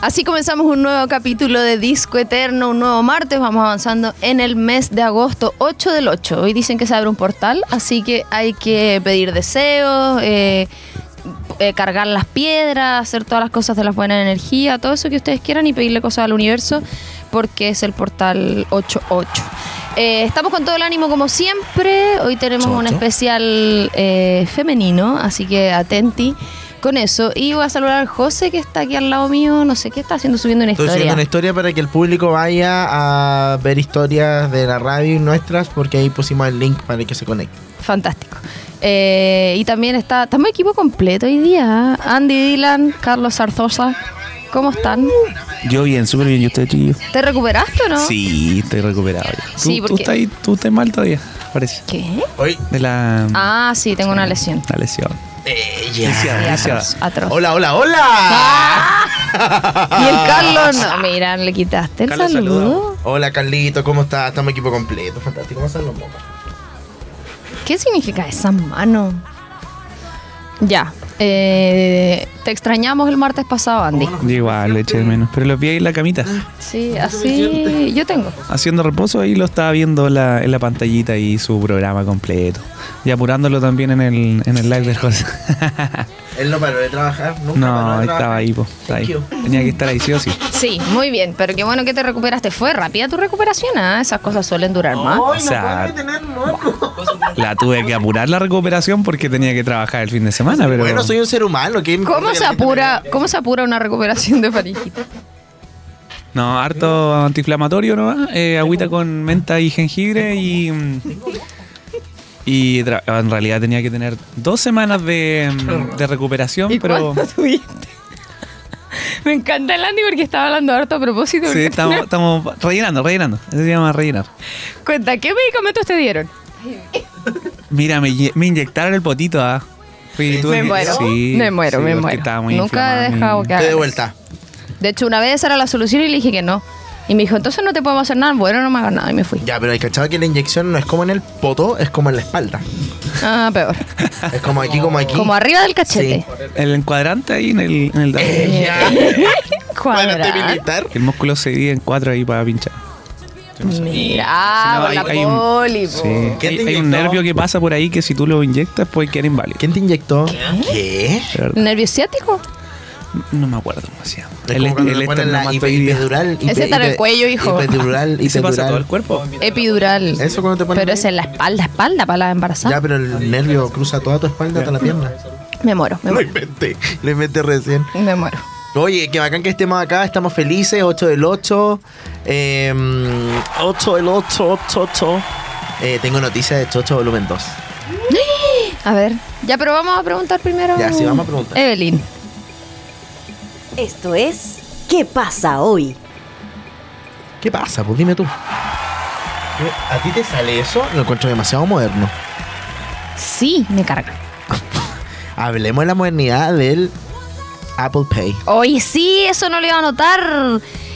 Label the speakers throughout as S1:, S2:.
S1: Así comenzamos un nuevo capítulo de Disco Eterno, un nuevo martes. Vamos avanzando en el mes de agosto, 8 del 8. Hoy dicen que se abre un portal, así que hay que pedir deseos, eh, eh, cargar las piedras, hacer todas las cosas de la buena energía, todo eso que ustedes quieran y pedirle cosas al universo, porque es el portal 88. Eh, estamos con todo el ánimo como siempre. Hoy tenemos
S2: Ocho,
S1: un
S2: ocho.
S1: especial eh, femenino, así que atenti con eso. Y voy a saludar a José que está aquí al lado mío. No sé qué está haciendo subiendo una
S2: Estoy
S1: historia.
S2: subiendo una historia para que el público vaya a ver historias de la radio y nuestras, porque ahí pusimos el link para que se conecte.
S1: Fantástico. Eh, y también está. Estamos equipo completo hoy día. ¿eh? Andy Dylan, Carlos Zarzosa. ¿Cómo están?
S3: Yo bien, súper bien. ¿Y usted, chiquillo?
S1: ¿Te recuperaste o no?
S3: Sí, estoy recuperado ya. Tú,
S1: Sí,
S3: tú
S1: porque-
S3: estás, ahí- tú estás mal todavía, parece.
S1: ¿Qué?
S2: Hoy,
S3: De la...
S1: Ah, sí, tengo una lesión.
S3: La lesión.
S2: Eh, ella.
S1: Sí,
S3: Ah, sí,
S1: atroz, atroz.
S2: Hola, hola, hola.
S1: Ah. Y el Carlos, no, mira, le quitaste el
S3: Carlos,
S1: saludo.
S3: saluda.
S2: Hola, Carlito, ¿cómo estás? Estamos equipo completo. Fantástico, ¿cómo están los mocos?
S1: ¿Qué significa esa mano? Ya. eh, te extrañamos el martes pasado, Andy.
S3: Yo igual, le eché de menos. Pero los vi ahí en la camita.
S1: Sí, así yo tengo.
S3: Haciendo reposo, ahí lo estaba viendo la- en la pantallita y su programa completo. Y apurándolo también en el, en el live del José.
S2: Él no paró de trabajar, nunca paró
S3: no,
S2: de
S3: estaba
S2: trabajar.
S3: ahí, po. estaba
S2: Thank
S3: ahí.
S2: you.
S3: Tenía que estar ahí sí o sí.
S1: Sí, muy bien, pero qué bueno que te recuperaste. Fue rápida tu recuperación, ¿ah? Esas cosas suelen durar más.
S2: Ay,
S3: O sea-
S2: puedo detener, no.
S3: La tuve que apurar la recuperación porque tenía que trabajar el fin de semana, pero...
S2: Bueno, soy un ser humano. ¿qué me importa
S1: ¿Cómo
S2: que
S1: se
S2: la gente
S1: apura,
S2: me vea?
S1: cómo se apura una recuperación de parejita?
S3: No, harto antiinflamatorio, ¿no? Eh, agüita con menta y jengibre y... mm, Y tra- en realidad tenía que tener dos semanas de, mm, de recuperación,
S1: ¿Y
S3: pero...
S1: cuándo tuviste? Me encanta el Andy porque estaba hablando harto a propósito.
S3: Sí,
S1: porque
S3: estamos, estamos rellenando, rellenando. Eso se llama rellenar.
S1: Cuenta, ¿qué medicamentos te dieron?
S3: Mira, me, inye- me inyectaron el potito, ¿ah? Fui- tuve
S1: Me
S3: que-
S1: muero,
S3: sí,
S1: me muero,
S3: sí,
S1: me
S3: porque
S1: muero.
S3: estaba muy
S1: Nunca he dejado
S3: inflamado, mi-
S1: que
S2: Estoy de
S1: hagas.
S2: vuelza.
S1: De hecho, una vez esa era la solución y le dije que no. Y me dijo, entonces no te podemos hacer nada. Bueno, no me hagas nada. Y me fui.
S2: Ya, pero hay cachado que la inyección no es como en el poto, es como en la espalda.
S1: Ah, peor.
S2: Es como aquí, como aquí.
S1: Como arriba del cachete.
S3: El encuadrante ahí en el... En el
S1: Eh.
S2: Bueno,
S1: Cuadra.
S2: este militar.
S3: el músculo se divide en cuatro ahí para pinchar.
S1: Mira,
S3: no,
S1: ah,
S3: hay-
S1: por
S3: hay
S1: la
S3: un-
S1: poli, po.
S3: Sí.
S2: Oh. ¿Qué
S3: Hay,
S2: te
S3: hay un
S2: inyectó?
S3: nervio que pasa por ahí que si tú lo inyectas puede quedar inválido.
S2: ¿Quién te inyectó? ¿Qué?
S3: De verdad.
S1: ¿Nervio ciático?
S3: No me acuerdo cómo se llama.
S2: Es como cuando le ponen la hipe-
S3: esternamatoidea.
S2: hipedural.
S1: Ese está en el cuello, hijo.
S2: Hipedural,
S3: ¿Y se pasa a todo el
S2: hipedural.
S3: cuerpo?
S1: Epidural.
S2: Eso cuando te ponen
S1: Pero
S2: ahí.
S1: es en la espalda, espalda para la embarazada.
S2: Ya, pero el nervio cruza toda tu espalda hasta la pierna.
S1: Me muero, me
S2: Lo
S1: muero.
S2: inventé, lo inventé recién.
S1: Me muero.
S2: Oye, qué bacán que estemos acá, estamos felices, 8 del 8. eh, 8 del 8, 8, 8. Eh, tengo noticias de Chocho Volumen 2.
S1: A ver, ya, pero vamos a preguntar primero.
S2: Ya, sí, vamos a preguntar.
S1: Evelyn,
S4: Esto es ¿Qué pasa hoy?
S2: ¿Qué pasa? Pues dime tú. ¿A ti te sale eso? Lo encuentro demasiado moderno.
S1: sí, me carga.
S2: Hablemos de la modernidad del Apple Pay.
S1: Oye, sí, eso no lo iba a notar.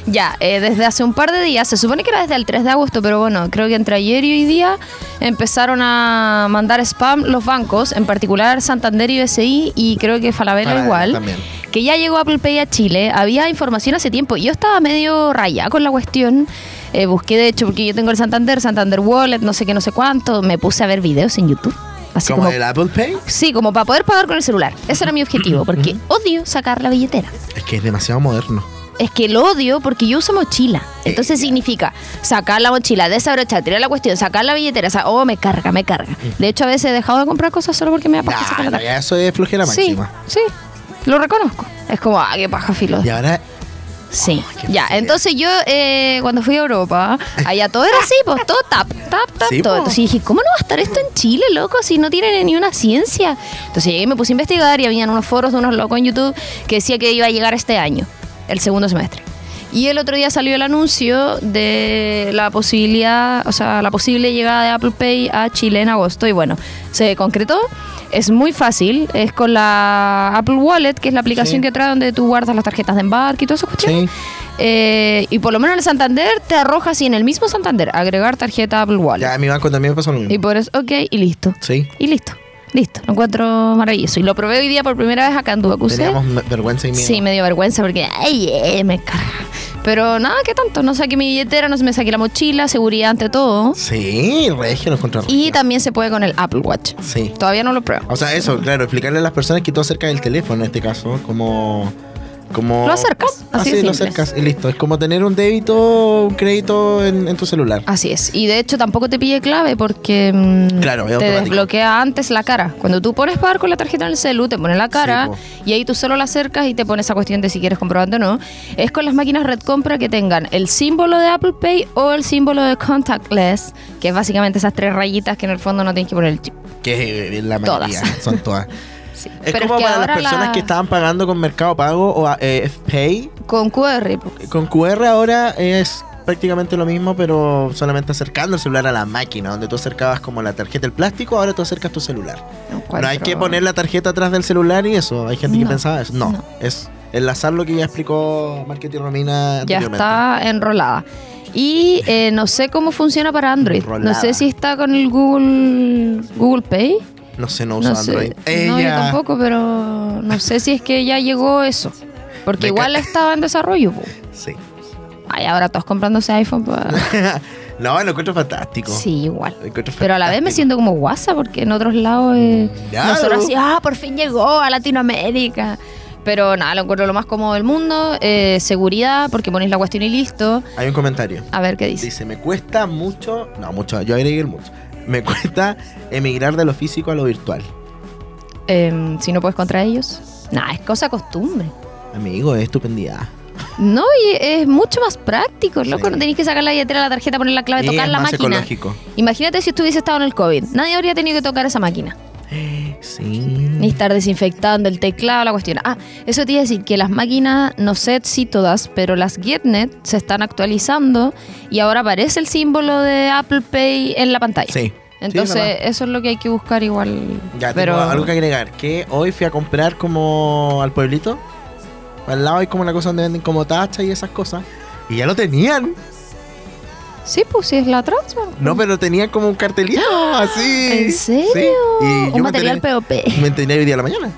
S1: Ya, eh, desde hace un par de días, se supone que era desde el 3 de agosto, pero bueno, creo que entre ayer y hoy día empezaron a mandar spam los bancos, en particular Santander y BCI y creo que Falabella
S2: Falabella
S1: igual,
S2: también.
S1: que ya llegó Apple Pay a Chile. Había información hace tiempo, yo estaba medio rayada con la cuestión. eh, busqué de hecho, porque yo tengo el Santander, Santander Wallet, no sé qué, no sé cuánto. Me puse a ver videos en YouTube. Así
S2: ¿Como
S1: como
S2: el Apple Pay?
S1: Sí, como para poder pagar con el celular. Ese era mi objetivo, porque odio sacar la billetera.
S2: Es que es demasiado moderno.
S1: Es que lo odio porque yo uso mochila.
S2: Eh,
S1: Entonces significa sacar la mochila, desabrochar, tirar la cuestión, sacar la billetera. O sea, oh, me carga, me carga. De hecho, a veces he dejado de comprar cosas solo porque me da paja sacar
S2: Mm. Nah,
S1: la
S2: no,
S1: tarjeta.
S2: ya eso es flojera
S1: Sí,
S2: máxima.
S1: sí, lo reconozco. Es como, ah, qué paja filo.
S2: Y ahora
S1: Sí,
S2: qué
S1: ya.
S2: fastidio.
S1: Entonces yo, eh, cuando fui a Europa, allá todo era así, pues todo tap, tap, tap,
S2: Sí,
S1: todo.
S2: po.
S1: Entonces dije, ¿cómo no va a estar esto en Chile, loco, si no tienen ni una ciencia? Entonces llegué y me puse a investigar y habían unos foros de unos locos en YouTube que decía que iba a llegar este año, el segundo semestre. Y el otro día salió el anuncio de la posibilidad, o sea, la posible llegada de Apple Pay a Chile en agosto. Y bueno, se concretó. Es muy fácil. Es con la Apple Wallet, que es la aplicación que trae donde tú guardas las tarjetas de embarque y todas esas cuestiones.
S2: Sí.
S1: Eh, y por lo menos en el Santander te arroja así en el mismo Santander, agregar tarjeta Apple Wallet.
S2: ya en mi banco también me pasó lo mismo.
S1: Y por eso, ok, y listo.
S2: Sí.
S1: Y listo. Listo, lo encuentro maravilloso. Y lo probé hoy día por primera vez acá en Dubacuse.
S2: Teníamos me- vergüenza y miedo.
S1: Sí, me dio vergüenza porque, ay, eh, me carga. Pero nada, ¿qué tanto? No saqué mi billetera, no se me saqué la mochila, seguridad ante todo.
S2: Sí, regio nos encontramos.
S1: Y también se puede con el Apple Watch.
S2: Sí.
S1: Todavía no lo pruebo.
S2: O sea, eso, claro, explicarle a las personas que tú acercas el teléfono en este caso, como... como
S1: Lo acercas,
S2: Ah,
S1: así
S2: sí,
S1: de
S2: lo
S1: simple.
S2: acercas y listo. Es como tener un débito, un crédito en, en tu celular.
S1: Así es. Y de hecho tampoco te pide clave porque mm,
S2: Claro, es
S1: te
S2: automático.
S1: desbloquea antes la cara. Cuando tú pones pagar con la tarjeta en el celu, te pone la cara
S2: Sí, po.
S1: y ahí tú solo la acercas y te pone esa cuestión de si quieres comprobante o no. Es con las máquinas red compra que tengan el símbolo de Apple Pay o el símbolo de contactless, que es básicamente esas tres rayitas que en el fondo no tienes que poner el chip.
S2: Que es eh, la mayoría,
S1: Todas.
S2: son todas.
S1: Sí.
S2: Es
S1: Pero
S2: como
S1: que
S2: para las
S1: ahora
S2: personas
S1: la-
S2: que estaban pagando con Mercado Pago o eh, Pay.
S1: Con QR. po.
S2: Con QR ahora es prácticamente lo mismo, pero solamente acercando el celular a la máquina, donde tú acercabas como la tarjeta, el plástico, ahora tú acercas tu celular. No hay que
S1: Cuatro.
S2: poner la tarjeta atrás del celular y eso. Hay gente que
S1: No,
S2: pensaba eso. No,
S1: no.
S2: es enlazar lo que ya explicó Marketing Romina
S1: Ya
S2: anteriormente.
S1: está enrolada. Y eh, no sé cómo funciona para Android.
S2: Enrolada.
S1: No sé si está con el Google Google Pay.
S2: No sé, no uso
S1: No
S2: Android.
S1: sé. No, yo
S2: Ella-
S1: tampoco, pero no sé si es que ya llegó eso. Porque
S2: Me
S1: igual
S2: ca-
S1: estaba en desarrollo. po.
S2: Sí.
S1: Ay, ahora todos comprándose iPhone. pa-
S2: no, lo encuentro fantástico.
S1: Sí, igual.
S2: Lo encuentro
S1: Pero a la vez me
S2: fantástico.
S1: siento como guasa porque en otros lados eh,
S2: Claro.
S1: nosotros así, ah, por fin llegó a Latinoamérica. Pero nada, lo encuentro lo más cómodo del mundo. eh, seguridad, porque ponéis la cuestión y listo.
S2: Hay un comentario.
S1: A ver qué dice.
S2: Dice, me cuesta mucho, no mucho, yo agregué el mucho. Me cuesta emigrar de lo físico a lo virtual.
S1: Em, si no puedes contra ellos. Nada, es cosa costumbre.
S2: Amigo, es estupendidad.
S1: No, y es mucho más práctico, loco.
S2: Sí.
S1: No tenéis que sacar la billetera, la tarjeta, poner la clave,
S2: Y
S1: tocar
S2: es
S1: la
S2: más
S1: máquina.
S2: ecológico.
S1: Imagínate si estuviese estado en el COVID. Nadie habría tenido que tocar esa máquina. Ni
S2: Sí.
S1: estar desinfectando el teclado, la cuestión. Ah, eso te iba a decir que las máquinas, no sé si todas, pero las GetNet se están actualizando y ahora aparece el símbolo de Apple Pay en la pantalla.
S2: Sí.
S1: Entonces,
S2: Sí, es verdad.
S1: eso es lo que hay que buscar igual.
S2: Ya,
S1: pero
S2: tengo algo que agregar. Que hoy fui a comprar como al pueblito. Al lado hay como una cosa donde venden como tacha y esas cosas. Y ya lo tenían.
S1: Sí, pues sí, es la transfer.
S2: No, pero tenían como un cartelito así.
S1: ¿En serio?
S2: Sí. Y
S1: Un
S2: yo me
S1: material
S2: enteré-
S1: POP.
S2: Me enteré hoy día a la mañana.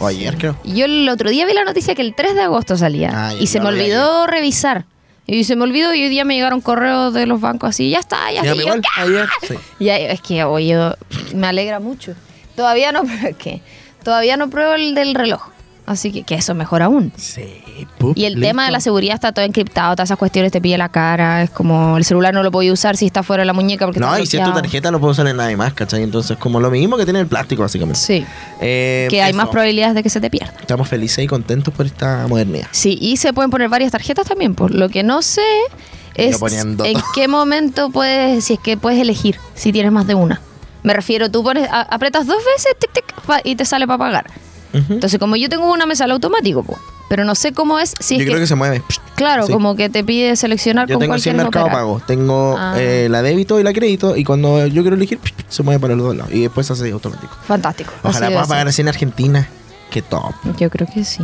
S2: O ayer, creo.
S1: Y Yo el otro día vi la noticia que el 3 de agosto salía
S2: Ah, ya,
S1: y se
S2: no
S1: me
S2: lo vi
S1: olvidó revisar. Y se me olvidó y hoy día me llegaron correos de los bancos así, ya está, ya
S2: Ya,
S1: está.
S2: me
S1: Y yo,
S2: igual, ayer. Sí.
S1: Y ahí- es que hoy yo me alegra mucho. Todavía no pruebo, ¿qué? Todavía no pruebo el del reloj. Así que, que eso es mejor aún.
S2: Sí, pup,
S1: Y el tema de la
S2: listo.
S1: seguridad está todo encriptado, todas esas cuestiones te pide la cara, es como el celular no lo puedo usar si está fuera de la muñeca porque
S2: No,
S1: está
S2: y si es tu
S1: bloqueado.
S2: tarjeta no puedo usar en nadie más, ¿cachai? Entonces, como lo mismo que tiene el plástico, básicamente.
S1: Sí,
S2: Eh,
S1: que hay
S2: eso.
S1: más probabilidades de que se te pierda.
S2: Estamos felices y contentos por esta modernidad.
S1: Sí, y se pueden poner varias tarjetas también. Por lo que no sé es
S2: Yo poniendo
S1: en
S2: todo.
S1: qué momento puedes, si es que puedes elegir, si tienes más de una. Me refiero, tú pones, a- apretas dos veces tic, tic, pa- y te sale para pagar.
S2: Ujú.
S1: Entonces, como yo tengo una, me sale automático, po. pero no sé cómo es, si
S2: Yo
S1: es
S2: creo que, se mueve.
S1: claro,
S2: sí.
S1: como que te pide seleccionar
S2: Yo
S1: con
S2: tengo
S1: cuál
S2: 100
S1: quieres
S2: mercado
S1: operar.
S2: pago. Tengo
S1: Ah.
S2: eh, la débito y la crédito. Y cuando yo quiero elegir, se mueve para los dos lados. Y después hace automático.
S1: Fantástico. así
S2: Ojalá
S1: debe
S2: pueda
S1: ser.
S2: pagar así en Argentina. Qué top.
S1: Yo creo que sí.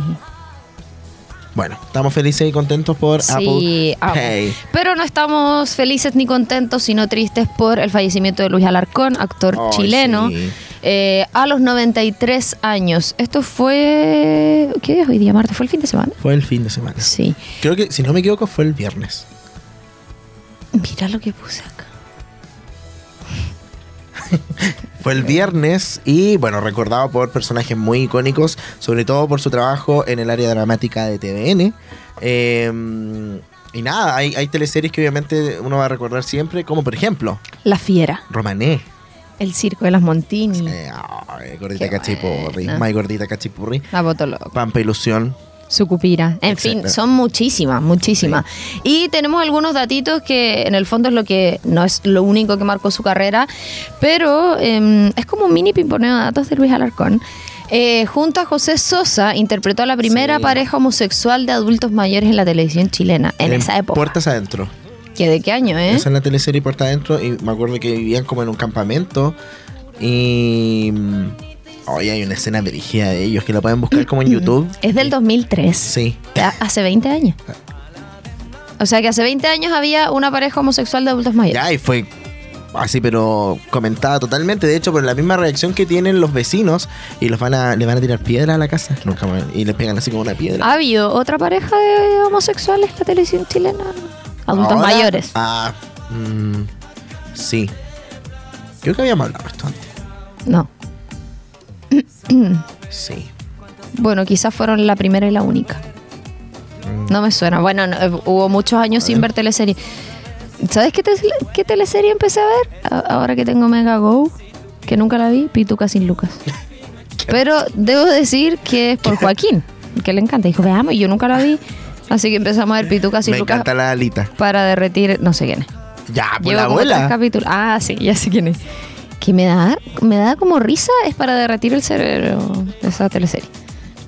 S2: Bueno, estamos felices y contentos por
S1: Sí,
S2: Apple
S1: Apple.
S2: Pay.
S1: Pero no estamos felices ni contentos, sino tristes por el fallecimiento de Luis Alarcón, actor
S2: Ay,
S1: chileno,
S2: sí.
S1: eh, a los 93 años. Esto fue... ¿Qué día es hoy día, Marta? ¿Fue el fin de semana?
S2: Fue el fin de semana.
S1: Sí.
S2: Creo que, si no me equivoco, fue el viernes.
S1: Mira lo que puse acá.
S2: Fue el viernes y, bueno, recordado por personajes muy icónicos, sobre todo por su trabajo en el área dramática de TVN. Eh, y nada, hay, hay teleseries que obviamente uno va a recordar siempre, como por ejemplo,
S1: La fiera,
S2: Romané.
S1: el circo de las Montini,
S2: Eh, ay, gordita
S1: Qué
S2: cachipurri,
S1: buena.
S2: my gordita cachipurri,
S1: la Botoloco.
S2: Pampa Ilusión.
S1: Sucupira. En
S2: Etcétera.
S1: fin, son muchísimas, muchísimas. Y tenemos algunos datitos que en el fondo es lo que no es lo único que marcó su carrera, pero eh, es como un mini pimponeo de datos de Luis Alarcón. Eh, junto a José Sosa, interpretó a la primera
S2: Sí.
S1: pareja homosexual de adultos mayores en la televisión chilena, en esa época.
S2: Em, Puertas adentro.
S1: ¿Que ¿De qué año, eh?
S2: Esa es la teleserie Puerta Adentro. Y me acuerdo que vivían como en un campamento. Y. mm, Hoy hay una escena dirigida de ellos que la pueden buscar como en YouTube.
S1: Mm. Es del 2003.
S2: Sí. Ah.
S1: Ha- Hace 20 años. O sea que hace 20 años había una pareja homosexual de adultos mayores.
S2: Ya, y fue así, pero comentada totalmente. De hecho, por la misma reacción que tienen los vecinos y los van a, le van a tirar piedra a la casa. Nunca me- y les pegan así como una piedra.
S1: ¿Ha habido otra pareja de homosexuales en la televisión chilena? Adultos
S2: Ahora-
S1: mayores.
S2: Ah, mm, sí. Creo que habíamos hablado de esto antes.
S1: No.
S2: Sí.
S1: Bueno, quizás fueron la primera y la única. No me suena. Bueno, no, eh, hubo muchos años sin ver teleserie. ¿Sabes qué, tes- qué teleserie empecé a ver? A- ahora que tengo Mega Go, que nunca la vi, Pituca sin Lucas. Pero debo decir que es por Joaquín, que le encanta. Dijo, veamos, y yo nunca la vi. Así que empezamos a ver Pituca sin
S2: me
S1: Lucas
S2: encanta la alita.
S1: para derretir, no sé quién es.
S2: Ya, por
S1: Llevo
S2: la
S1: como tres
S2: abuela.
S1: capítulos. Ah, sí, ya sé quién es. Que me da, me da como risa, es para derretir el cerebro de esa teleserie.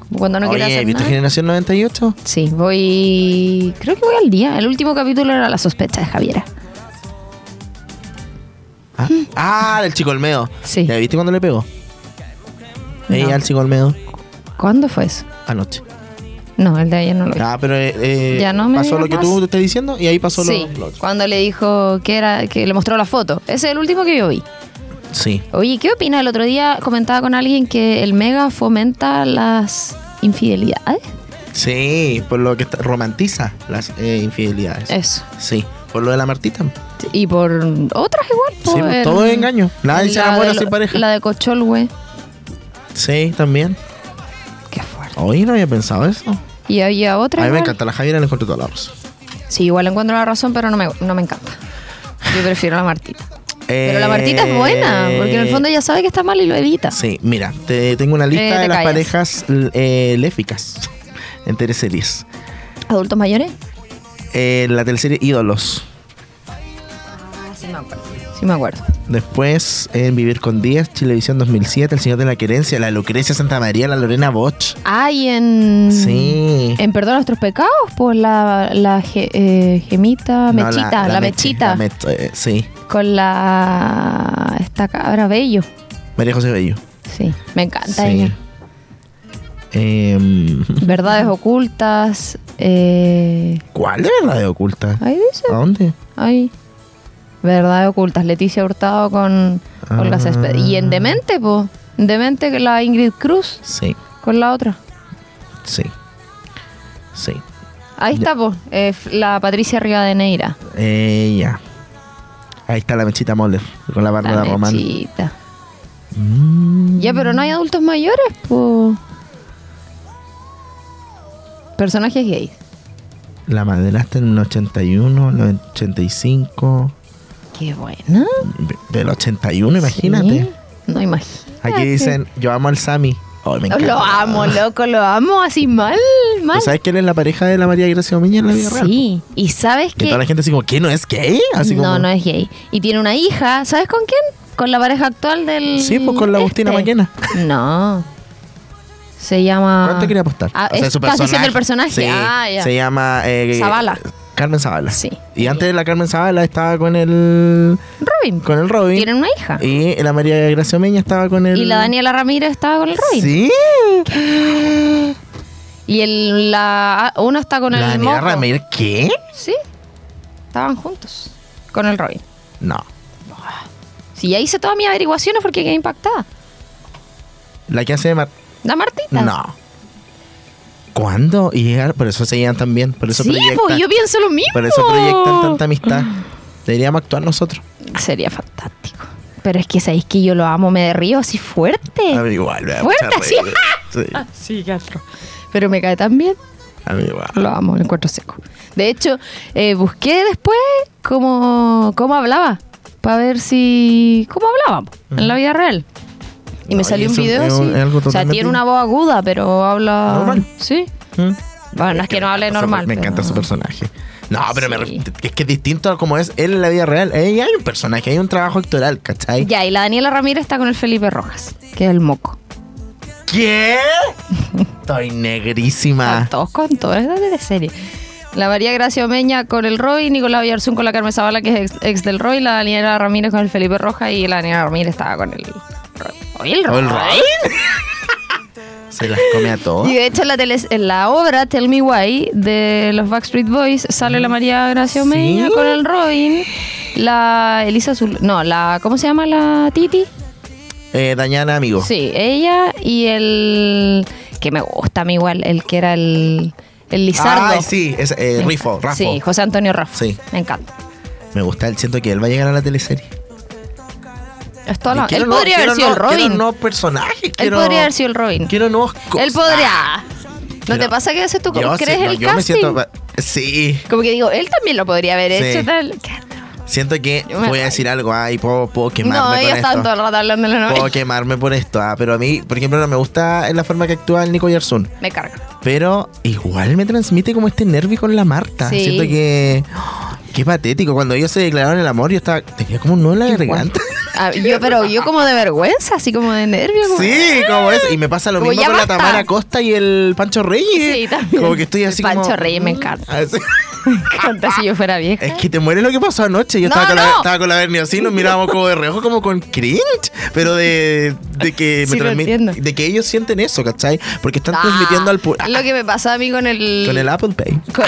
S1: Como cuando no quiere
S2: Oye,
S1: hacer
S2: ¿viste
S1: nada.
S2: Generación 98?
S1: Sí, voy. Creo que voy al día. El último capítulo era La sospecha de Javiera.
S2: Ah, Ah, del chico Olmedo.
S1: Sí.
S2: ¿Ya viste cuando le pegó? Ella
S1: No.
S2: al chico Olmedo
S1: ¿Cuándo fue eso?
S2: anoche.
S1: No, el de ayer no lo vi.
S2: Ah, pero eh, eh,
S1: Ya no me
S2: pasó lo
S1: digas
S2: que
S1: más.
S2: tú te estás diciendo y ahí pasó lo-
S1: sí,
S2: lo, otro.
S1: cuando le dijo que era que le mostró la foto. Ese es el último que yo vi.
S2: Sí.
S1: Oye, ¿qué opina? El otro día comentaba con alguien que el mega fomenta las infidelidades.
S2: Sí, por lo que está- romantiza las eh, infidelidades.
S1: Eso.
S2: Sí, por lo de la Martita.
S1: Y por otras igual.
S2: Sí,
S1: po,
S2: pues, todo
S1: el-
S2: es engaño. Nadie se
S1: la
S2: enamora
S1: de lo-
S2: sin pareja.
S1: La de Cochol, güey.
S2: Sí, también.
S1: Qué fuerte.
S2: Hoy no había pensado eso.
S1: Y había otra.
S2: A mí me
S1: igual.
S2: encanta la Javiera, le encuentro toda la razón.
S1: Sí, igual encuentro la razón, pero no me, no me encanta. Yo prefiero la Martita. Pero la Martita es buena, porque en el fondo ella sabe que está mal y lo evita.
S2: Eh, Sí, mira, te tengo una lista
S1: Eh, te
S2: de las
S1: callas.
S2: parejas l- eh, léficas en teleseries.
S1: ¿Adultos mayores?
S2: Eh, la teleserie Ídolos.
S1: Ah, sí me acuerdo. Sí me acuerdo.
S2: Después en Vivir con 10, Televisión 2007, El Señor de la Querencia, la Lucrecia Santa María, la Lorena Boch.
S1: Ah, y en...
S2: Sí.
S1: En Perdón a Nuestros Pecados, pues la, la ge- eh, gemita,
S2: No,
S1: mechita, la,
S2: Mechi,
S1: mechita.
S2: la Mech- eh, sí,
S1: con la... Esta cabra bello.
S2: María José Bello.
S1: Sí, me encanta
S2: Sí.
S1: ella.
S2: Em,
S1: Verdades ocultas. Eh,
S2: ¿Cuál de verdad de oculta?
S1: ahí dice.
S2: ¿A dónde?
S1: Ay. Verdades ocultas. Leticia Hurtado con Olga
S2: Ah.
S1: Césped. Y en Demente, po. En Demente que la Ingrid Cruz
S2: Sí,
S1: con la otra.
S2: sí. Sí.
S1: Ahí
S2: Ya.
S1: está, po. Eh, f- la Patricia Rivadeneira.
S2: Ella. Eh, Ahí está la Mechita Moller con la Bárbara
S1: La
S2: Román.
S1: mechita.
S2: Mm,
S1: Ya, pero no hay adultos mayores, po. Personajes gays.
S2: La madrastra en el 81, el 85.
S1: Qué buena.
S2: de- Del 81, imagínate.
S1: Sí. No imagínate.
S2: Aquí dicen, yo amo al Sami. Oh, me encanta.
S1: Lo amo, loco, lo amo así mal, mal.
S2: ¿Tú sabes quién es la pareja de la María Gracia Omiña en la vida real?
S1: Sí, y sabes
S2: Que toda la
S1: que
S2: gente así como, ¿qué? ¿No es gay? Así
S1: no,
S2: como,
S1: no es gay. Y tiene una hija, ¿sabes con quién? Con la pareja actual del este.
S2: Sí, pues, con la Agustina Maquena.
S1: No. Se llama
S2: ¿Cuánto quería apostar?
S1: Ah,
S2: O sea,
S1: es-
S2: su
S1: estás diciendo el
S2: personaje-
S1: personaje. ah,
S2: Sí,
S1: ya.
S2: Se llama... eh,
S1: Zavala.
S2: Carmen Zavala.
S1: Sí.
S2: Y antes de la Carmen Zavala estaba con el...
S1: Robin.
S2: Con el Robin.
S1: Tienen una hija. Y,
S2: Y la María Gracia Omiña estaba con el...
S1: la Daniela Ramírez estaba con el Robin.
S2: Sí.
S1: Y el la ah, uno está con
S2: ¿La
S1: el
S2: Daniela
S1: moco.
S2: Ramírez qué?
S1: Sí. Estaban juntos con el Robin.
S2: No.
S1: Sí, ya hice todas mis averiguaciones porque quedé impactada.
S2: La que hace de Mar-
S1: La Martita.
S2: No. ¿Cuándo? Y era- por eso se llevan tan bien. Por eso
S1: sí, pues
S2: proyectan.
S1: yo pienso lo mismo.
S2: por eso proyectan tanta amistad. Deberíamos actuar nosotros.
S1: Sería fantástico. Pero es que sabéis que yo lo amo, me derrío así fuerte.
S2: A mí igual, me da
S1: Eh, Fuerte,
S2: mucha
S1: así.
S2: risa. Sí,
S1: Sí, Gastro. Pero me cae tan bien.
S2: a mí igual.
S1: Lo amo, lo encuentro seco. De hecho, eh, busqué después cómo, cómo hablaba. Para ver si. cómo hablaba en la vida real. Y
S2: Mm. No,
S1: me
S2: y
S1: salió un
S2: eso
S1: video
S2: es
S1: así.
S2: un- es algo
S1: o sea,
S2: totalmente-
S1: tiene una voz aguda, pero habla.
S2: Normal.
S1: Sí.
S2: ¿Mm?
S1: Bueno, no es que no hable
S2: O sea,
S1: normal.
S2: Me
S1: pero-
S2: encanta su personaje. No, pero me
S1: Sí.
S2: ref- es que es distinto a como es él en la vida real. Ahí hay un personaje, hay un trabajo actoral, ¿cachai?
S1: Ya, y la Daniela Ramírez está con el Felipe Rojas, que es el moco.
S2: ¿Qué? Estoy negrísima.
S1: Están todos con todo, es de serie. La María Gracia Omeña con el Roy, Nicolás Villarzún con la Carmen Zavala, que es ex, ex del Roy, la Daniela Ramírez con el Felipe Roja y la Daniela Ramírez estaba con el Roy. Oye, el
S2: ¿O
S1: Roy.
S2: el Roy? Se las come a todos.
S1: Y de hecho, en la, tele- en la obra Tell Me Why de los Backstreet Boys sale la María Gracia Omeña
S2: Mm. ¿Sí?
S1: con el Robin la Elisa Zul- no, la ¿cómo se llama la Titi?
S2: Eh, Dañana, amigo.
S1: Sí, ella y el que me gusta a mí igual, el que era el el Lizardo.
S2: Ay, sí, es, eh,
S1: Me
S2: Rifo,
S1: encanta.
S2: Rafo.
S1: Sí, José Antonio Raffo.
S2: Sí.
S1: Me encanta.
S2: Me gusta, él siento que él va a llegar a la teleserie.
S1: Es todo lo-
S2: Quiero
S1: él
S2: no-
S1: podría
S2: quiero
S1: haber sido
S2: no-
S1: el
S2: Quiero
S1: Robin.
S2: no personaje.
S1: él
S2: quiero-
S1: podría haber sido el Robin.
S2: Quiero nuevos cosas.
S1: Él podría. ¿No te
S2: Pero-
S1: pasa que haces tú
S2: Ah. Yo
S1: como crees
S2: siento-
S1: el
S2: yo
S1: casting?
S2: me siento pa- Sí,
S1: Como que digo, él también lo podría haber
S2: Sí.
S1: hecho tal.
S2: siento que
S1: Yo me
S2: voy
S1: rayo.
S2: a decir algo ahí, puedo, puedo quemarme
S1: No,
S2: con
S1: ellos
S2: esto.
S1: estaban todo el rato hablando de la novela.
S2: Puedo quemarme por esto, ah, pero a mí, por ejemplo, no me gusta en la forma que actúa el Nico Yarsun.
S1: Me carga.
S2: Pero igual me transmite como este nervio con la Marta.
S1: Sí.
S2: Siento que. ¡oh! qué patético. Cuando ellos se declararon el amor, yo estaba. Tenía como un nudo en la garganta.
S1: Ah, yo, pero yo como de vergüenza, así como de nervio. como-
S2: Sí, como es. Y me pasa lo
S1: Como
S2: mismo
S1: ya
S2: con
S1: basta.
S2: la Tamara Costa y el Pancho Reyes.
S1: Sí, también.
S2: Como que estoy
S1: El
S2: así
S1: Pancho
S2: como,
S1: Reyes me
S2: mm,
S1: encanta.
S2: así.
S1: Me encanta si yo fuera vieja.
S2: Es que te mueres lo que pasó anoche. Yo
S1: No,
S2: estaba, con
S1: no.
S2: La, estaba con la Berni así, nos mirábamos como de reojo, como con cringe. Pero de, de que
S1: Sí, lo
S2: transmi-
S1: entiendo.
S2: de que ellos sienten eso, ¿cachai? Porque están
S1: Ah,
S2: transmitiendo al público.
S1: Lo que me pasó a mí con el.
S2: Con el Apple Pay.
S1: Con,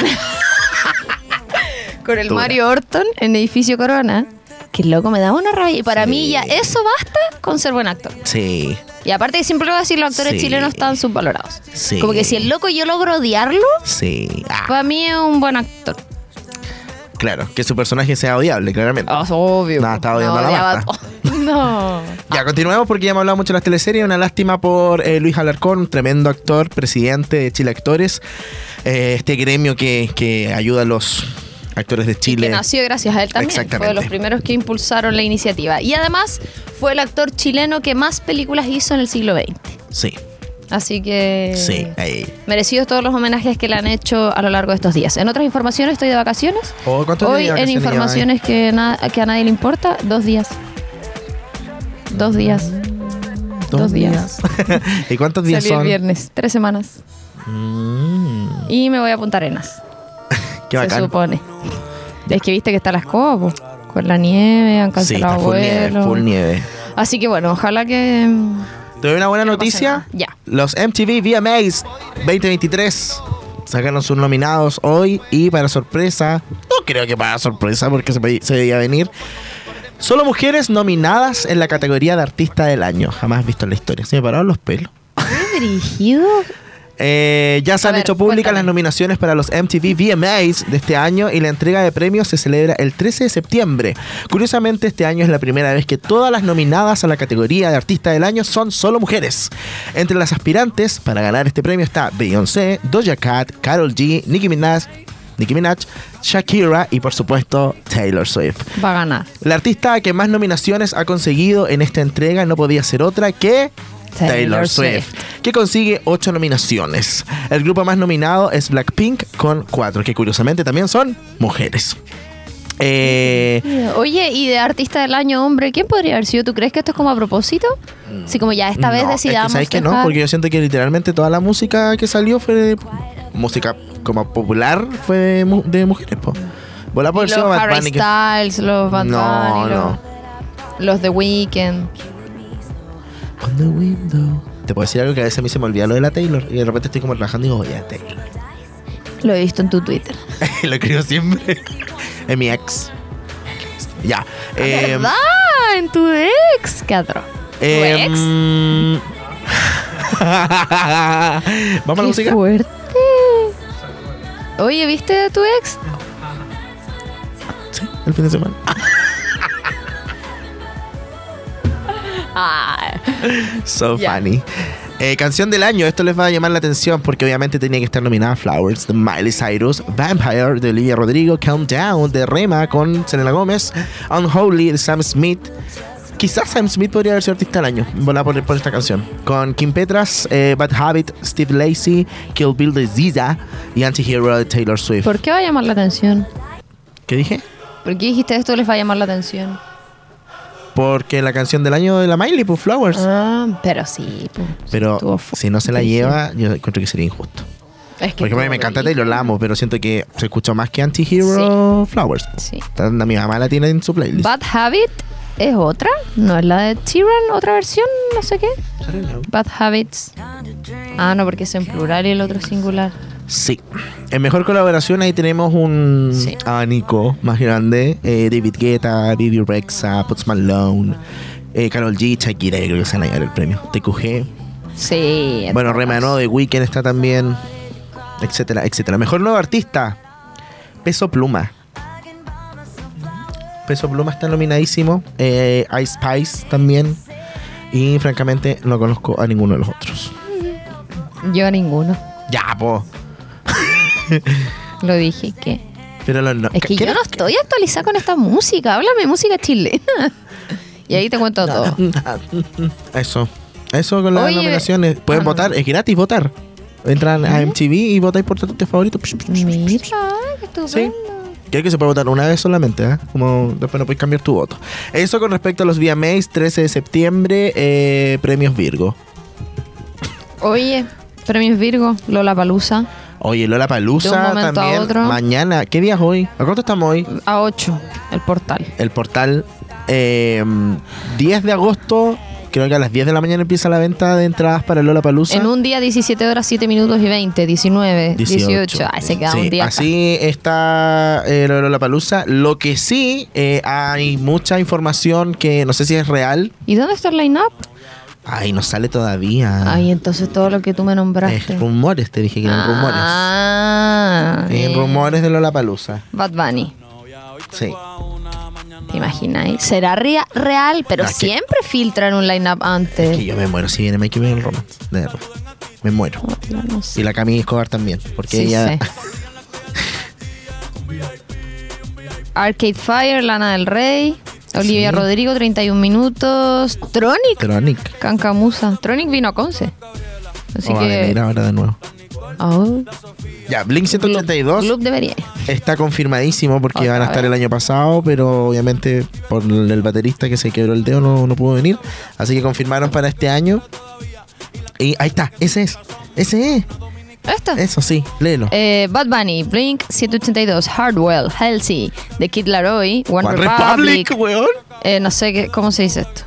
S1: con el
S2: Dura.
S1: Mario Orton en Edificio Corona. Que loco, me da una rabia. Y para
S2: Sí.
S1: mí ya eso basta con ser buen actor.
S2: Sí.
S1: Y aparte siempre lo voy a decir, los actores
S2: Sí.
S1: chilenos están subvalorados.
S2: Sí.
S1: Como que si el loco yo logro odiarlo,
S2: Sí. Ah,
S1: para mí es un buen actor.
S2: claro, que su personaje sea odiable, claramente.
S1: Ah, es obvio.
S2: No, estaba odiando a la
S1: odiaba
S2: Marta.
S1: to- No.
S2: Ya, continuemos porque ya hemos hablado mucho de las teleseries. Una lástima por eh, Luis Alarcón, tremendo actor, presidente de Chile Actores. Eh, este gremio que, que ayuda a los actores de
S1: Y
S2: Chile.
S1: que nació gracias a él también. Fue de los
S2: Exactamente.
S1: primeros que impulsaron la iniciativa. Y además fue el actor chileno que más películas hizo en el siglo XX.
S2: Sí,
S1: Así que...
S2: sí. ahí.
S1: Merecidos todos los homenajes que le han hecho a lo largo de estos días. En otras informaciones, estoy de vacaciones.
S2: Oh, ¿cuántos días
S1: Hoy
S2: de
S1: en
S2: vacaciones
S1: informaciones que, na- que a nadie le importa, dos días. Dos días. Dos días.
S2: ¿Y cuántos días
S1: Salí el
S2: son?
S1: viernes, tres semanas.
S2: Mm,
S1: Y me voy a Punta Arenas,
S2: qué
S1: se
S2: bacán.
S1: supone. Es que viste que está la escoba, po, con la nieve, han
S2: sí, está
S1: cancelado
S2: full nieve,
S1: vuelos.
S2: full nieve.
S1: Así que bueno, ojalá que... mm,
S2: Te doy una buena
S1: pasa
S2: noticia.
S1: nada. Ya.
S2: Los MTV VMAs 2023 sacaron sus nominados hoy y para sorpresa, no creo que para sorpresa porque se, ve- se veía venir, solo mujeres nominadas en la categoría de artista del año. Jamás visto en la historia. Se me pararon los pelos.
S1: ¿Qué dirigido?
S2: Eh, ya se
S1: A
S2: han
S1: ver,
S2: hecho públicas
S1: cuéntame.
S2: las nominaciones para los MTV VMAs de este año y la entrega de premios se celebra el 13 de septiembre. Curiosamente, este año es la primera vez que todas las nominadas a la categoría de Artista del Año son solo mujeres. Entre las aspirantes para ganar este premio está Beyoncé, Doja Cat, Carol G, Nicki Minaj, Nicki Minaj, Shakira y por supuesto Taylor Swift.
S1: Va a ganar.
S2: La artista que más nominaciones ha conseguido en esta entrega no podía ser otra que Taylor,
S1: Taylor
S2: Swift, que consigue ocho nominaciones. El grupo más nominado es Blackpink con cuatro, que curiosamente también son mujeres. Eh,
S1: Oye, y de artista del año hombre, ¿quién podría haber sido? ¿Tú crees que esto es como a propósito? Así como ya esta vez
S2: Mm, no, es que
S1: decidamos.
S2: ¿Sabes que no?
S1: dejar-
S2: Porque yo siento que literalmente toda la música que salió fue música como popular, fue de, mu- de mujeres. Po. Volá por
S1: Y los
S2: encima Bad
S1: Harry
S2: Bunny, que-
S1: Styles, los Bad
S2: No,
S1: Bunny, los,
S2: no.
S1: los The Weeknd.
S2: On the window. Te puedo decir algo que a veces a mí se me olvida lo de la Taylor y de repente estoy como trabajando y digo, oye, Taylor.
S1: Lo he visto en tu Twitter.
S2: lo creo siempre. Es mi ex. Ya. eh,
S1: ¿Verdad? En tu ex, cabrón.
S2: eh,
S1: ex?
S2: mm. Vamos a la
S1: Qué
S2: música.
S1: fuerte. Oye, ¿viste a tu ex?
S2: Sí, el fin de semana.
S1: Ah,
S2: So
S1: Ya.
S2: funny. Eh, canción del año, esto les va a llamar la atención porque obviamente tenía que estar nominada Flowers de Miley Cyrus, Vampire de Olivia Rodrigo, Countdown de Rema con Selena Gómez, Unholy de Sam Smith. Quizás Sam Smith podría haber sido artista del año, volá por, por esta canción. Con Kim Petras, eh, Bad Habit, Steve Lacey, Kill Bill de Ziza y Antihero de Taylor Swift.
S1: ¿Por qué va a llamar la atención?
S2: ¿Qué dije?
S1: ¿Por qué dijiste esto les va a llamar la atención?
S2: Porque la canción del año de la Miley, pues Flowers.
S1: Ah, pero sí. pues, estuvo
S2: Pero
S1: fu-
S2: si no se la lleva, yo encuentro que sería injusto.
S1: Es que
S2: Porque a mí me
S1: estuvo
S2: encanta
S1: bellísimo.
S2: Taylor, la amo, pero siento que se escuchó más que Anti-Hero Flowers.
S1: Sí.
S2: Tanda, Mi mamá la tiene en su playlist.
S1: Bad Habit es otra, no es la de Tyrann, otra versión, no sé qué. Bad Habits. Ah, no, porque es en plural y el otro es singular.
S2: Sí. En mejor colaboración ahí tenemos un
S1: Sí.
S2: abanico más grande. eh, David Guetta, Bibi Rexa, Post Malone, eh, Carol G, Shakira, yo creo que se van a llevar el premio. TQG.
S1: Sí.
S2: Bueno, Remanó de Weekend está también. Etcétera, etcétera. Mejor nuevo artista. Peso Pluma. Peso Pluma está nominadísimo. Eh, Ice Spice también. Y francamente no conozco a ninguno de los otros.
S1: Yo ninguno.
S2: Ya, po.
S1: Lo dije que.
S2: Pero los no-
S1: Es que yo
S2: ¿Quieres-
S1: no estoy actualizada con esta música. Háblame de música chilena. Y ahí te cuento todo.
S2: Eso. Eso con las
S1: Oye.
S2: nominaciones. Pueden
S1: Ah, no. ¿Mm?
S2: votar, es gratis votar. Entran a MTV y votáis por tu artista favorito.
S1: Mira, qué estupendo.
S2: Sí. Creo que se puede votar una vez solamente, ¿eh? Como después no puedes cambiar tu voto. Eso con respecto a los VMAs, 13 de septiembre, eh, premios Virgo.
S1: Oye, premios Virgo, Lola Palusa,
S2: Oye, Lola
S1: De un
S2: Palusa
S1: momento a
S2: también.
S1: otro.
S2: Mañana, ¿qué día es hoy? ¿A cuánto estamos hoy?
S1: a 8, el portal.
S2: El portal eh, 10 de agosto, creo que a las 10 de la mañana empieza la venta de entradas para Lola Palusa.
S1: En un día, 17 horas, 7 minutos y 20, 19, 18. Ay, se queda
S2: Sí,
S1: un día. acá.
S2: Así está eh, la palusa. Lo que sí, eh, hay mucha información que no sé si es real.
S1: ¿Y dónde está el line-up?
S2: Ay, no sale todavía.
S1: Ay, entonces todo lo que tú me
S2: Ah. Es
S1: nombraste.
S2: rumores, te dije que eran
S1: Ah,
S2: rumores.
S1: eh,
S2: En rumores de Lollapalooza.
S1: Bad Bunny.
S2: Sí.
S1: ¿Te imagináis? Será rea- real, pero
S2: No, es que-
S1: siempre filtran un line-up antes.
S2: Que yo me muero si viene Mikey Miguel Romance. De verdad. Me muero.
S1: Yo no sé.
S2: Y la Camille Escobar también. Porque
S1: Sí,
S2: ella.
S1: sé. Arcade Fire, Lana del Rey, Olivia
S2: Sí.
S1: Rodrigo, 31 minutos, Tronic,
S2: Tronic.
S1: Cancamusa. Tronic vino a Conce. Así
S2: O va a venir
S1: que.
S2: ahora de nuevo.
S1: Oh,
S2: Ya, Blink
S1: Club,
S2: 182.
S1: Club debería.
S2: Está confirmadísimo porque
S1: Otra
S2: van a estar
S1: vez.
S2: el año pasado, pero obviamente por el baterista que se quebró el dedo no, no pudo venir. Así que confirmaron para este año. Y ahí está, ese es. Ese es.
S1: Esto.
S2: Eso sí, léelo.
S1: Eh, Bad Bunny, Blink 782, Hardwell, Halsey, The Kid Laroi, One,
S2: One
S1: Republic.
S2: weón.
S1: eh, no sé qué, cómo se dice esto.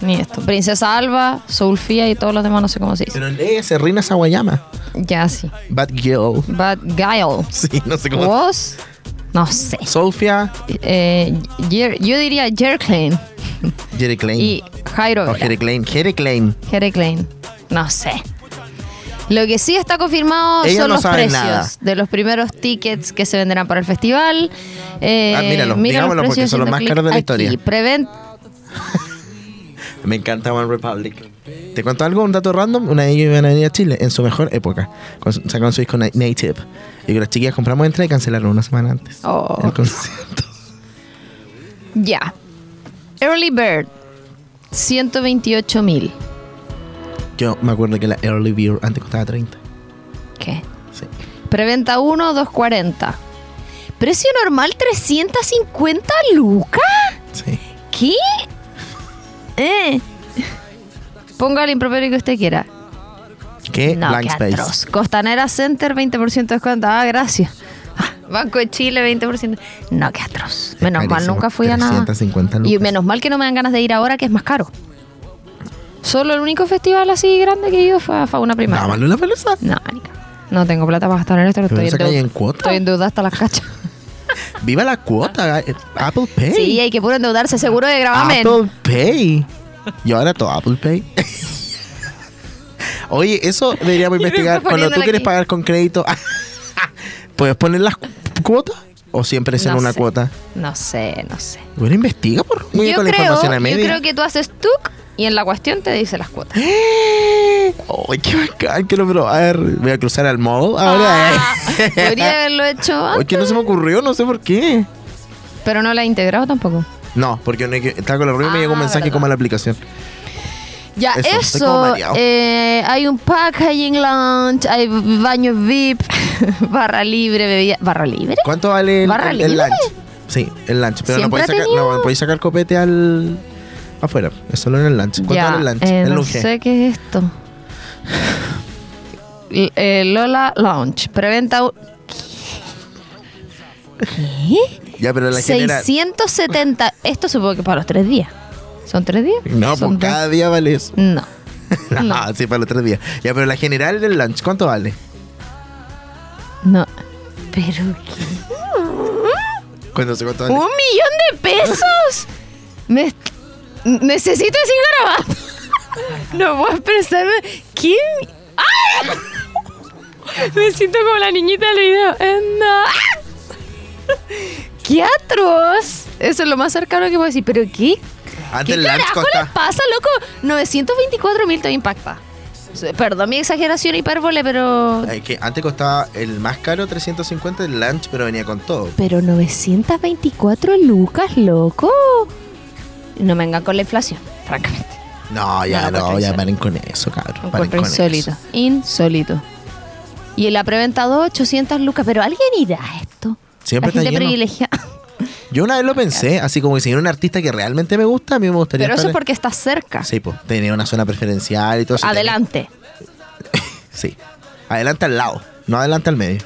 S1: Ni esto. Princesa Alba, Soulfia y todos los demás, no sé cómo se dice.
S2: Pero lee ese Rina Sawayama.
S1: Ya sí.
S2: Bad Girl.
S1: Bad Guile.
S2: Sí, no sé cómo.
S1: Was. No sé.
S2: Solfia,
S1: Eh, Jer- yo diría Jerklin
S2: Jerry Klein.
S1: y Jairo
S2: O Jerry Klein. Jerry Klein.
S1: Jerklin. No sé. Lo que sí está confirmado
S2: Ella
S1: son
S2: no
S1: los
S2: sabe
S1: precios
S2: nada.
S1: de los primeros tickets que se venderán para el festival. Eh,
S2: Ah, míralos,
S1: mira
S2: digámoslo, porque
S1: precios
S2: son los
S1: haciendo
S2: más
S1: clic
S2: caros de la historia.
S1: aquí. Preven-
S2: Me encanta One Republic. ¿Te cuento algo? Un dato random. Una de ellos iban a venir a Chile en su mejor época. Con, sacaron su disco Na- Native. Y con las chiquillas compramos entrada y cancelaron una semana antes.
S1: Oh.
S2: El concierto.
S1: Ya. Early Bird. 128 mil.
S2: Yo me acuerdo que la Early Beer antes costaba 30.
S1: ¿Qué?
S2: Sí.
S1: Preventa 1, 240. Precio normal 350 lucas.
S2: Sí.
S1: ¿Qué? Eh. Ponga el improperio que usted quiera.
S2: ¿Qué?
S1: No,
S2: Eh, Blank
S1: qué
S2: Space.
S1: atroz. Costanera Center, 20% de descuento. Ah, gracias. Ah, Banco de Chile, 20%. No, qué atroz.
S2: Es
S1: Menos mal,
S2: carísimo.
S1: nunca fui a nada.
S2: 350
S1: Y
S2: lucas.
S1: menos mal que no me dan ganas de ir ahora, que es más caro. Solo el único festival así grande que he ido fue a Fauna Primaria.
S2: Nada malo la pelusa.
S1: No, marica. No tengo plata para gastar en esto.
S2: Pero
S1: Estoy en,
S2: esa calle
S1: deuda,
S2: en cuota.
S1: estoy en deuda hasta las cachas.
S2: Viva la cuota. eh, Apple Pay.
S1: Sí, hay que puro endeudarse, seguro de gravamen.
S2: Apple Pay. Y ahora todo Apple Pay. Oye, eso deberíamos
S1: Yo
S2: investigar.
S1: estoy
S2: Cuando tú
S1: poniéndole
S2: quieres
S1: aquí.
S2: pagar con crédito, ¿puedes poner las cu- cuotas? ¿O siempre es en
S1: No
S2: una
S1: sé.
S2: cuota?
S1: No sé, no sé.
S2: Bueno, investiga por mira,
S1: yo
S2: con la
S1: creo,
S2: información a
S1: yo
S2: media.
S1: creo que tú haces tuk y en la cuestión te dice las cuotas.
S2: Ay, qué bacán, quiero probar. Voy a cruzar al modo ahora.
S1: Ah, podría haberlo hecho
S2: Oye,
S1: antes,
S2: que no se me ocurrió, no sé por qué.
S1: pero no la he integrado tampoco.
S2: No, porque no hay que- estaba con los ruidos y me
S1: Ah,
S2: llegó un mensaje
S1: verdad.
S2: como a la aplicación.
S1: Ya,
S2: Eso,
S1: eso.
S2: estoy como mareado.
S1: eh, hay un packaging lounge, hay baño VIP, barra libre, bebida. ¿Barra libre?
S2: ¿Cuánto vale el,
S1: ¿Barra
S2: el- el
S1: libre?
S2: lunch? Sí, el lunch. Pero
S1: Siempre
S2: no podéis,
S1: ha
S2: sacar,
S1: tenido-
S2: no podéis sacar copete al afuera. Es solo en el lunch. ¿Cuánto
S1: Ya,
S2: vale el lunch?
S1: eh,
S2: el
S1: no
S2: lunch.
S1: sé qué es esto. L- eh, Lola Lounge, preventa. u- ¿Qué?
S2: Ya, pero la general.
S1: 670. Esto supongo que para los tres días. ¿Son tres días?
S2: No,
S1: Son
S2: pues
S1: dos.
S2: cada día vale eso.
S1: No.
S2: Ah, sí, para los tres días. Ya, pero la general del lunch, ¿cuánto vale?
S1: ¿Pero qué?
S2: Cuando se contó
S1: ¿Un millón de pesos? Me- necesito decir garabato. No puedo expresarme. ¿Quién? ¡Ah! Me siento como la niñita del video. Eh, no. ¡Ah! ¡Qué atroz! Eso es lo más cercano que puedo decir. ¿Pero qué?
S2: Antes
S1: ¿Qué
S2: el Lance
S1: carajo le
S2: Costa.
S1: pasa, loco? 924 mil te impacta. Perdón mi exageración hipérbole, pero...
S2: eh, que antes costaba el más caro 350 el lunch, pero venía con todo.
S1: Pero 924 lucas, loco. No me vengan con la inflación, francamente.
S2: No, ya
S1: No,
S2: no,
S1: porque
S2: ya
S1: eso-
S2: paren con eso,
S1: Lo
S2: cabrón. Paren
S1: encuentro
S2: con
S1: insólito.
S2: eso.
S1: Insólito. Y en la preventa 2, 800 lucas. Pero alguien irá a esto.
S2: Siempre
S1: la
S2: está
S1: gente
S2: lleno.
S1: privilegiada.
S2: Yo una vez lo pensé, así como que si era un artista que realmente me gusta, a mí me gustaría.
S1: Pero eso es
S2: estar en-
S1: porque está cerca.
S2: Sí, pues, tenía una zona preferencial y todo eso.
S1: Ah. Adelante.
S2: Tenía- Sí. Adelante al lado, no adelante al medio.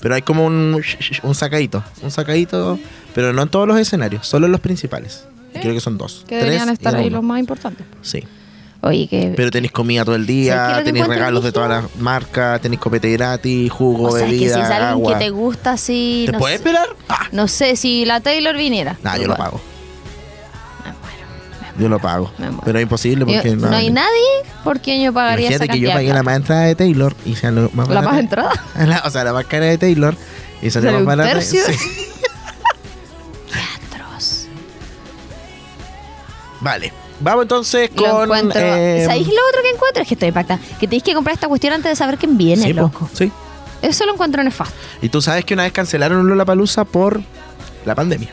S2: Pero hay como un, un sacadito, un sacadito, pero no en todos los escenarios, solo en los principales. Y Creo que son dos.
S1: Que
S2: tres
S1: deberían
S2: y
S1: estar
S2: en
S1: ahí
S2: uno.
S1: los más importantes.
S2: Sí.
S1: Oye, que.
S2: Pero tenéis comida todo el
S1: ¿Sabes qué es
S2: día,
S1: lo que
S2: tenéis
S1: encuentro
S2: regalos de
S1: brígido?
S2: todas las marcas, tenéis copete gratis, jugo,
S1: o sea, es que si
S2: bebida,
S1: es alguien
S2: agua.
S1: que te gusta, sí.
S2: ¿Te
S1: no
S2: puedes
S1: sé.
S2: pelar? Ah,
S1: No sé, si la Taylor viniera.
S2: nah, yo lo
S1: Bueno,
S2: pago.
S1: me muero, me
S2: Yo lo pago.
S1: Me muero.
S2: Pero es imposible
S1: muero.
S2: porque
S1: Yo- no hay
S2: ni-
S1: nadie por quien yo pagaría
S2: Imagínate
S1: esa
S2: que yo
S1: cantidad de
S2: pagué la
S1: plata.
S2: más entrada de Taylor y salió más
S1: ¿La
S2: barata.
S1: más entrada?
S2: La- o sea, la más cara de Taylor y salió
S1: Salió
S2: más
S1: un
S2: barata.
S1: tercio.
S2: sí.
S1: Atroz. Vale.
S2: Vamos entonces con.
S1: lo encuentro.
S2: eh,
S1: ¿Sabéis lo otro que encuentro? Es que estoy impactada. Que tenéis que comprar esta cuestión antes de saber quién viene,
S2: sí, po,
S1: loco.
S2: sí.
S1: Eso lo encuentro nefasto.
S2: Y tú sabes que una vez cancelaron Lola Palusa por la pandemia,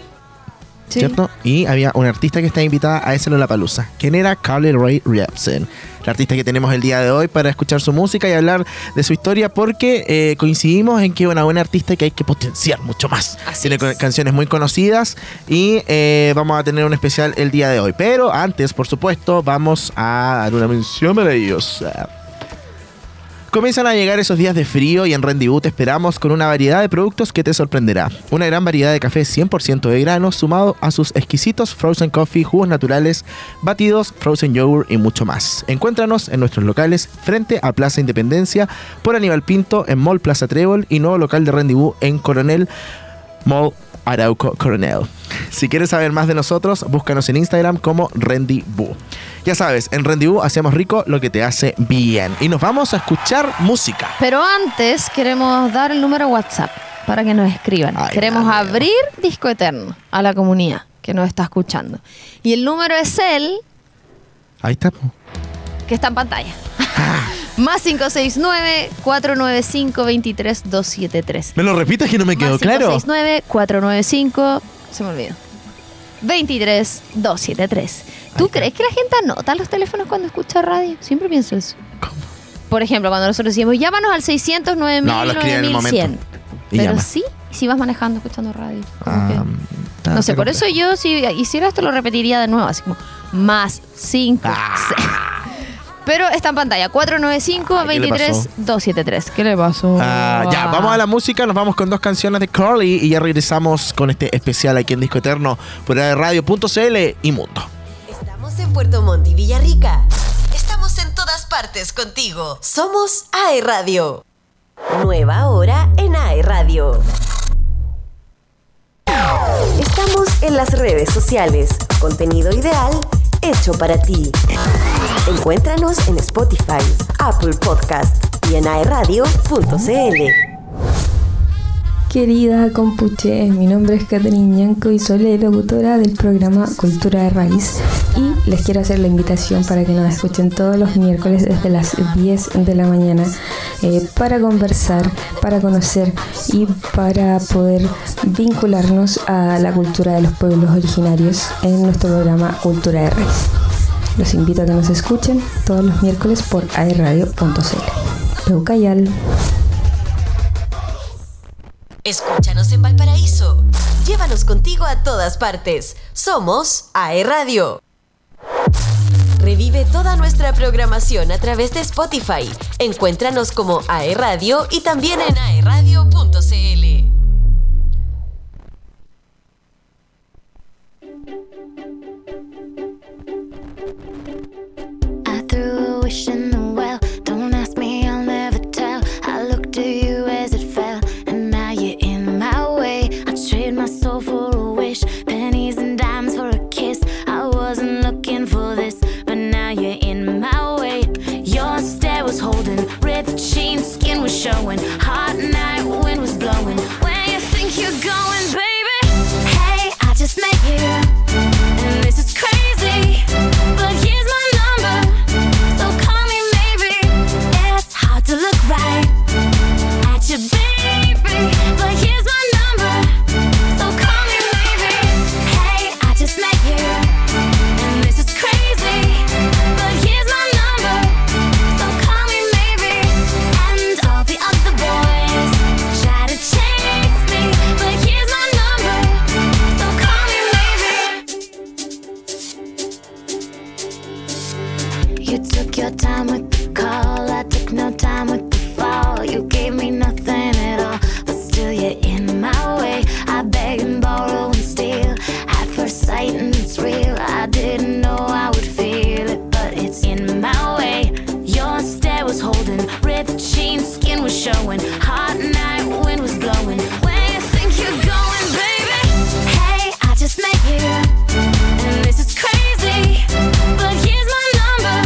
S2: ¿cierto? Y había una artista que estaba invitada a ese Lola Palusa, quien era Carly Rae Jepsen, la artista que tenemos el día de hoy para escuchar su música y hablar de su historia, porque eh, coincidimos en que es una buena artista que hay que potenciar mucho más.
S1: Así
S2: Tiene
S1: es.
S2: co- canciones muy conocidas y eh, vamos a tener un especial el día de hoy. Pero antes, por supuesto, vamos a dar una mención maravillosa. Comienzan a llegar esos días de frío y en Rendezvous te esperamos con una variedad de productos que te sorprenderá. Una gran variedad de café 100% de grano sumado a sus exquisitos frozen coffee, jugos naturales, batidos, frozen yogurt y mucho más. Encuéntranos en nuestros locales frente a Plaza Independencia, por Aníbal Pinto, en Mall Plaza Trébol y nuevo local de Rendezvous en Coronel Mall Arauco Coronel. Si quieres saber más de nosotros, búscanos en Instagram como Rendezvous. Ya sabes, en Rendezvous hacemos rico lo que te hace bien. Y nos vamos a escuchar música.
S1: Pero antes queremos dar el número WhatsApp para que nos escriban.
S2: Ay,
S1: queremos
S2: me da miedo.
S1: abrir Disco Eterno a la comunidad que nos está escuchando. Y el número es el
S2: Ahí está. po.
S1: que está en pantalla.
S2: Ah.
S1: Más 569-495-23273.
S2: ¿Me lo repites que no me quedó claro?
S1: 495 se me olvidó. 23 273. ¿Tú crees que la gente anota los teléfonos cuando escucha radio? Siempre pienso eso. Por ejemplo, cuando nosotros decimos, llámanos al 600 9000
S2: No, lo escriben en el momento. Y
S1: Pero
S2: llama.
S1: sí, si vas manejando escuchando radio. como
S2: Ah,
S1: que-
S2: está-
S1: no
S2: está
S1: sé, por eso
S2: complejo.
S1: yo si hiciera esto lo repetiría de nuevo, así como más 5. Pero está en pantalla, 495
S2: Ah. Ay, ¿qué le pasó?
S1: 23 273. ¿Qué le pasó?
S2: Ah, ya, vamos a la música, nos vamos con dos canciones de Curly y ya regresamos con este especial aquí en Disco Eterno por radio.cl y Mundo.
S4: Estamos en Puerto Montt y Villarrica. Estamos en todas partes contigo. Somos AE Radio. Nueva hora en AE Radio. Estamos en las redes sociales. Contenido ideal hecho para ti. Encuéntranos en Spotify, Apple Podcast y en E aeradio.cl.
S5: Querida Compuche, mi nombre es Catherine Ñanco y soy la locutora del programa Cultura de Raíz y les quiero hacer la invitación para que nos escuchen todos los miércoles desde las 10 de la mañana eh, para conversar, para conocer y para poder vincularnos a la cultura de los pueblos originarios en nuestro programa Cultura de Raíz. Los invito a que nos escuchen todos los miércoles por aerradio.cl. Peucayal.
S4: Escúchanos en Valparaíso. Llévanos contigo a todas partes. Somos AE Radio. Revive toda nuestra programación a través de Spotify. Encuéntranos como AE Radio y también en E aeradio.cl.
S6: I threw a wish in the well. Don't ask me, I'll never tell. I looked to you as it fell, and now you're in You took your time with the call. I took no time with the fall. You gave me nothing at all, but still you're in my way. I beg and borrow and steal at first sight, and it's real. I didn't know I would feel it, but it's in my way. Your stare was holding, ripped jeans, skin was showing, hot night wind was blowing. Where you think you're going, baby? Hey, I just met you. And this is crazy, but here's my number.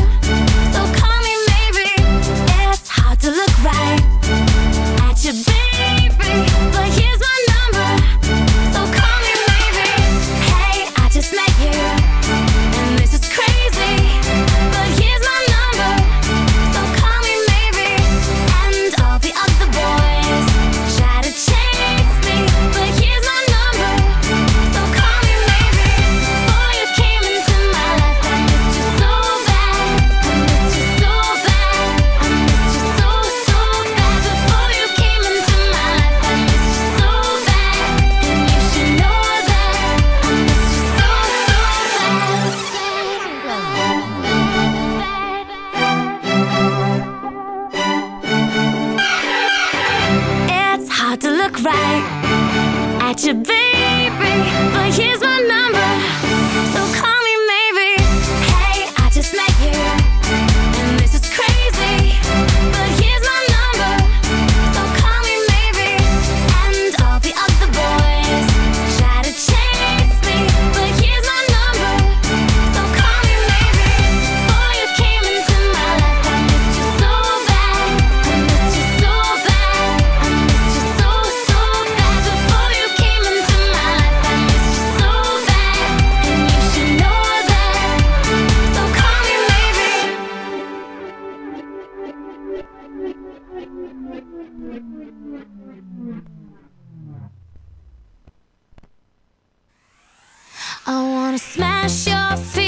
S6: So call me maybe. It's hard to look right at your baby, but here's my number. So call me maybe. Hey, I just met you. And this is crazy, but here's my number. So call me maybe. And all the other boys try to chase me, but here's my number. So call me maybe. Boy, you came into my life. I missed you so bad. I missed you so bad. I missed you so so bad. Before you came into my life, I missed you so bad. And you should know that I missed you so so bad. It's hard to look right at your baby, but here's my number. So call me maybe. Hey, I just met you, and this is crazy, but here's my number. So call me maybe, and all the other boys try to chase me, but here's my number. So call me maybe. Boy, you came into my life, I missed you so bad, I missed you so bad, I missed you so so bad. Before you came into my life, I missed you so bad, and you should know that. So call me maybe. I wanna smash your face